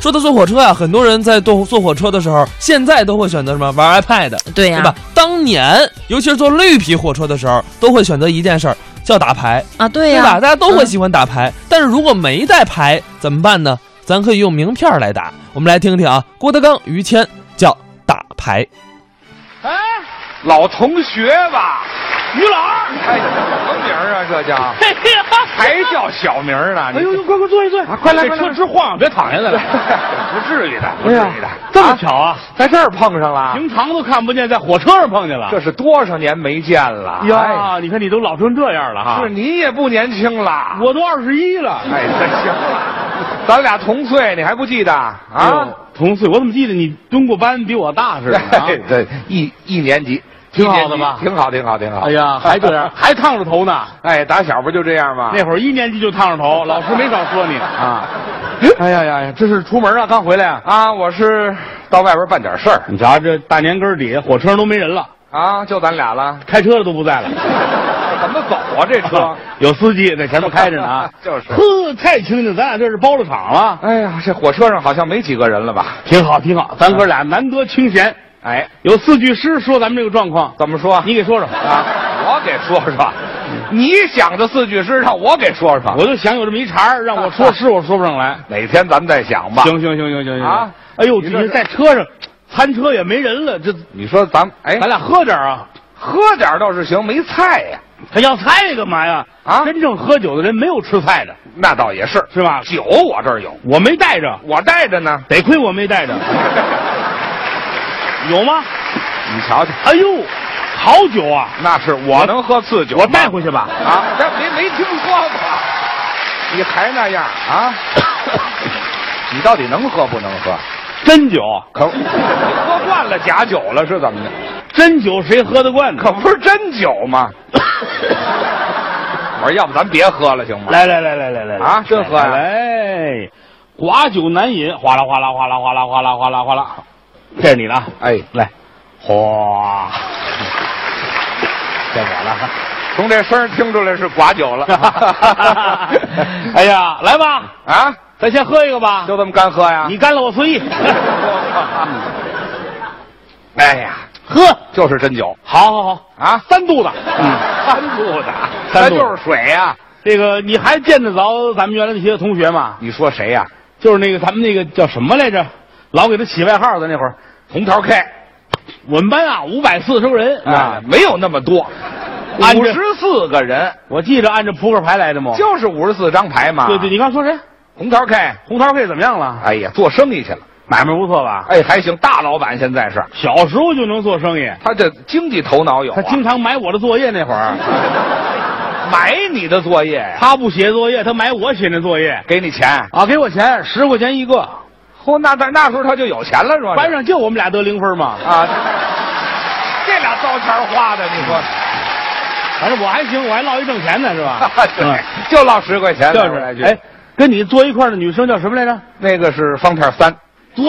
说到坐火车啊，很多人在坐坐火车的时候，现在都会选择什么玩 iPad，对呀、对吧？当年，尤其是坐绿皮火车的时候，都会选择一件事儿，叫打牌，啊，对对呀、吧？大家都会嗯喜欢打牌，但是如果没带牌怎么办呢？咱可以用名片儿来打。我们来听听啊，郭德纲、于谦叫打牌。哎，老同学吧，于老二。哎，什么名儿啊？这叫还叫小名儿呢？哎呦，快快坐一坐，快来！这车直晃，别躺下来了。 不至于的，不至于的。哎这么巧啊！在这儿碰上了，平常都看不见，在火车上碰见了。这是多少年没见了？哎，啊呀，你看你都老成这样了哈！是你也不年轻了。我都二十一了。哎，这行了，咱俩同岁，你还不记得哎呦啊？，同岁，我怎么记得你蹲过班，比我大似的 啊？哎这一一年级，挺好一的吧年级挺好，挺好，挺好。哎呀，还 这 样，还烫着头呢。哎，打小不就这样吗？那会儿一年级就烫着头， 老师没少说你。啊， 哎呀呀呀，这是出门啊，刚回来啊。啊，我是到外边办点事儿你瞧，这大年根儿底下，火车上都没人了，啊，就咱俩了。开车的都不在了。怎么走啊？这车？。有司机在前头开着呢 啊就是呵，太清静，咱俩这是包了场 了，哎呀，这火车上好像没几个人了吧？挺好挺好。咱哥俩难得清闲，哎，有四句诗说咱们这个状况，怎么说？你给说 说啊，我给说说。你想的四句诗，让我给说说。我就想有这么一茬儿，让我说诗，我说不上来。哪天咱们再想吧。行行行行行行啊！哎呦，你你这是在车上，餐车也没人了，这你说咱哎，咱俩喝点儿啊？喝点儿倒是行，没菜呀、他要菜干嘛呀？啊真正喝酒的人没有吃菜的，那倒也是，啊是吧？酒我这儿有，我没带着，我带着呢。得亏我没带着， 有吗？你瞧瞧，哎呦，好酒啊！那是我能喝次酒吗，我带回去吧。啊，这没没听说过，你还那样啊？ 你到底能喝不能喝？真酒，可你喝惯了假酒了是怎么的？真酒谁喝得惯呢？可不是真酒 吗？我说要不咱别喝了行吗？，来来来来来来来啊这喝呀来，寡酒难饮，哗啦哗啦哗啦哗啦哗啦哗啦哗啦，这是你的啊，哎，来，哗，这我啊了。。从这声儿听出来是寡酒 了 哎呀，来吧，啊，咱先喝一个吧。就这么干喝呀？你干了我随意。哎呀，喝，就是真酒好好好，啊，三肚子。三度的，三那度就是水呀、这个你还见得着咱们原来那些同学吗？你说谁呀、就是那个咱们那个叫什么来着，老给他起外号的那会儿，红桃 K 我们班啊五百四十个人啊，啊，没有那么多，按五着十四个人，我记着按照扑克牌来的嘛。就是啊五十四张牌嘛。哦对对，你刚说谁？红桃 K，红桃 K 怎么样了？哎呀，做生意去了，买卖不错吧？哎，还行，大老板现在是，小时候就能做生意，他这经济头脑有、啊，他经常买我的作业那会儿，买你的作业呀，他不写作业，他买我写的作业给你钱，啊，给我钱十块钱一个，嚯、那在那时候他就有钱了是吧？班上就我们俩得零分嘛。啊，这俩糟钱花的，你说，？反正我还行，我还落一挣钱呢，是 吧 对，就落十块钱，嗯，就来是。去，嗯哎，跟你坐一块儿的女生叫什么来着？那个是方片三对，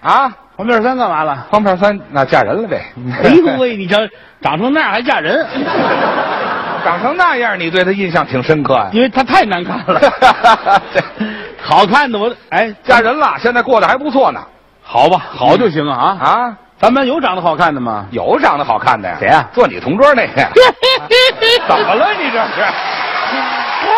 啊，黄面三干嘛 了？方片三那嫁人了呗，哎呦喂，你瞧，长成那样还嫁 人， 长成那样，你对他印象挺深刻 呀、。因为她太难看 了对好看的我哎，嫁人了，现在过得还不错呢。好吧，好就行啊啊！啊，咱们有长得好看的吗？有长得好看的呀？谁啊呀坐你同桌 那个。 怎么了？你这是？我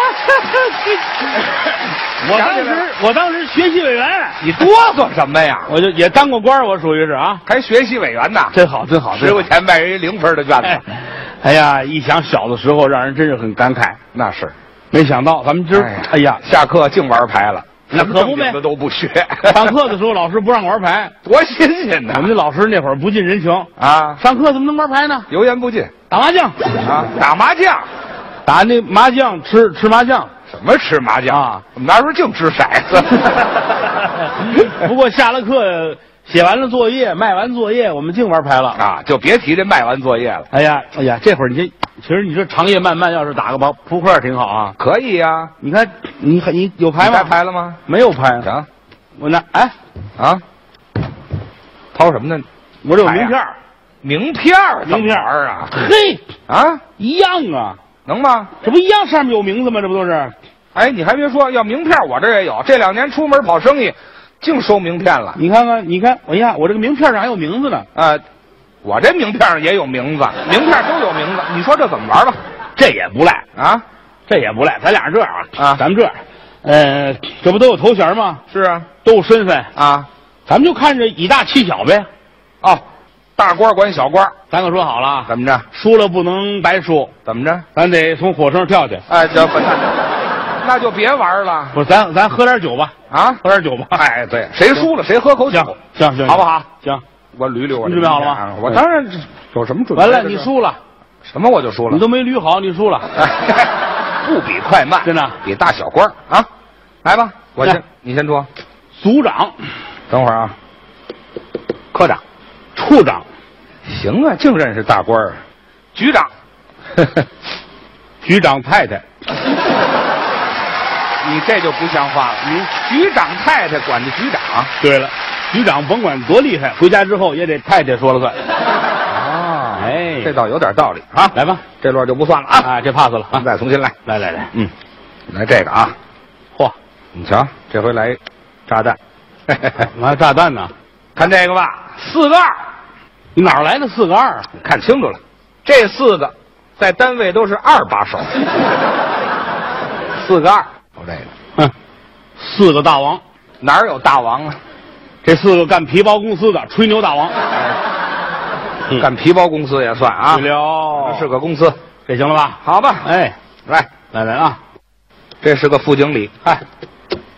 想当起来了时我当时学习委员，你哆嗦什么呀？我就也当过官儿，我属于是啊，还学习委员呢？真好真好十真好块钱卖人一零分的卷哎子，，哎呀，一想小的时候，让人真是很感慨。那是。没想到咱们今儿，哎呀，下课净玩牌了，那可不什么正呗经的都不学。哎上课的时候老师不让玩 牌，多新鲜我呐！们这老师那会儿不近人情，啊，上课怎么能玩牌呢？油盐不进打麻将，啊，打麻将，打那麻将吃吃麻将。什么吃麻将啊？我们那时候净吃骰 子。 不过下了课，写完了作业，卖完作业，我们净玩牌了。啊，就别提这卖完作业了。哎呀，哎呀，这会儿你这，其实你说长夜漫漫，要是打个扑扑克挺好啊。可以呀、你看，你还你有牌你吗？该牌了吗？没有牌，行我那哎，啊，掏什么呢？我这有名片儿。名片儿，名片儿啊嘿，啊，一样啊，能吗？这不一样，上面有名字吗？这不都是？哎，你还别说，要名片儿我这儿也有。这两年出门跑生意，净收名片了你看看，你看，哎呀，我这个名片上还有名字呢。啊！我这名片上也有名字，名片都有名字，你说这怎么玩吧？这也不赖，啊，这也不赖。咱俩是这样啊咱们这样，呃，这不都有头衔吗？是啊，都有身份，啊，咱们就看着以大欺小呗。哦，大官管小官，咱可说好了啊，怎么着？输了不能白输，怎么着？咱得从火车上跳去。哎， 这不，那就别玩了不是，咱咱喝点酒吧，啊！喝点酒吧。哎，对，谁输了谁喝口行酒，行行，好不？好？行，我捋捋我，你准备好了吗嗯哎我当然有什么准备？完了，你输了，什么我就输了你。都没捋好，你 输了。哎不比快慢，真的比大小官儿啊！来吧，我先来，你先说。组长、等会儿啊，科长，处长、行啊，净认识大官儿，局长， 局长太太，你这就不像话了。你局长太太管着局长对了，局长甭管多厉害，回家之后也得太太说了算。啊哎这倒有点道理啊。来吧，这轮就不算了啊， 啊，这 pass 了咱啊，再重新来。来来来，嗯，来这个啊，嚯，你嗯瞧，这回 来炸 弹，完了炸弹呢？看这个吧，四个二。你哪儿来的四个二啊？看清楚了，这四个在单位都是二把 手，四个二。哦我这个哼，四个大王，哪儿有大王啊？这四个干皮包公司的吹牛大王，嗯干皮包公司也算啊对，了，是个公司。这行了吧？好吧，哎，来，来来啊，这是个副经理。哎嗨，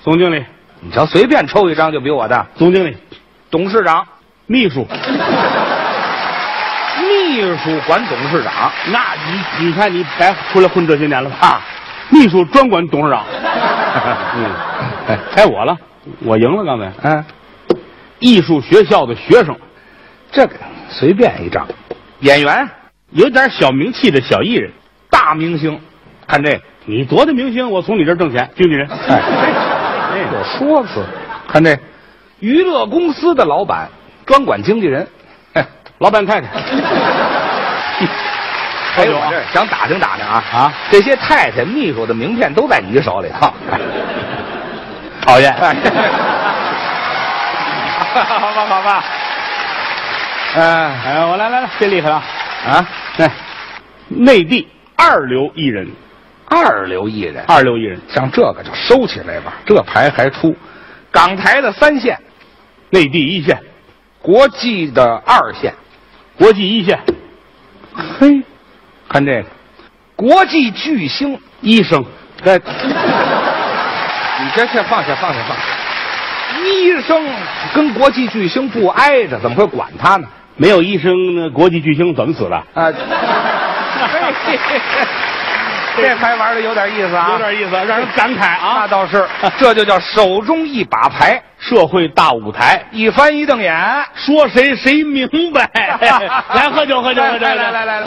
总经理，你瞧，随便抽一张就比我大。总经理，董事长，秘书，秘书管董事长，那你你看你白出来混这些年了啊吧？秘书专管董 事长，嗯，该我了，我赢了刚才。嗯、艺术学校的学生，这个随便一张。演员，有点小名气的小艺人。大明星，看这个，你多大明星？我从你这儿挣钱，经纪人。 哎，有说辞。看这，娱乐公司的老板，专管经纪人。 嘿老 板太太还有我这想打听打听啊啊，这些太太秘书的名片都在你手里 头。讨 厌哎好吧，好吧。嗯哎，我来来来，这厉害了，啊，来，内地二流艺人，二流艺人，二流艺人，像这个就收起来吧，这牌还出。港台的三线，内地一线，国际的二线，国际一线，嘿，看这个，国际巨星，医生，这，你这这放下放下放下，医生跟国际巨星不挨着，怎么会管他呢？没有医生，那国际巨星怎么死的？ 啊，嘿这牌玩的有点意思啊，有点意思，让人感慨那啊！倒 是，这就叫手中一把牌，社会大舞台，一翻一瞪眼。 说谁谁明白。来喝酒，喝酒，喝酒，来来来来来，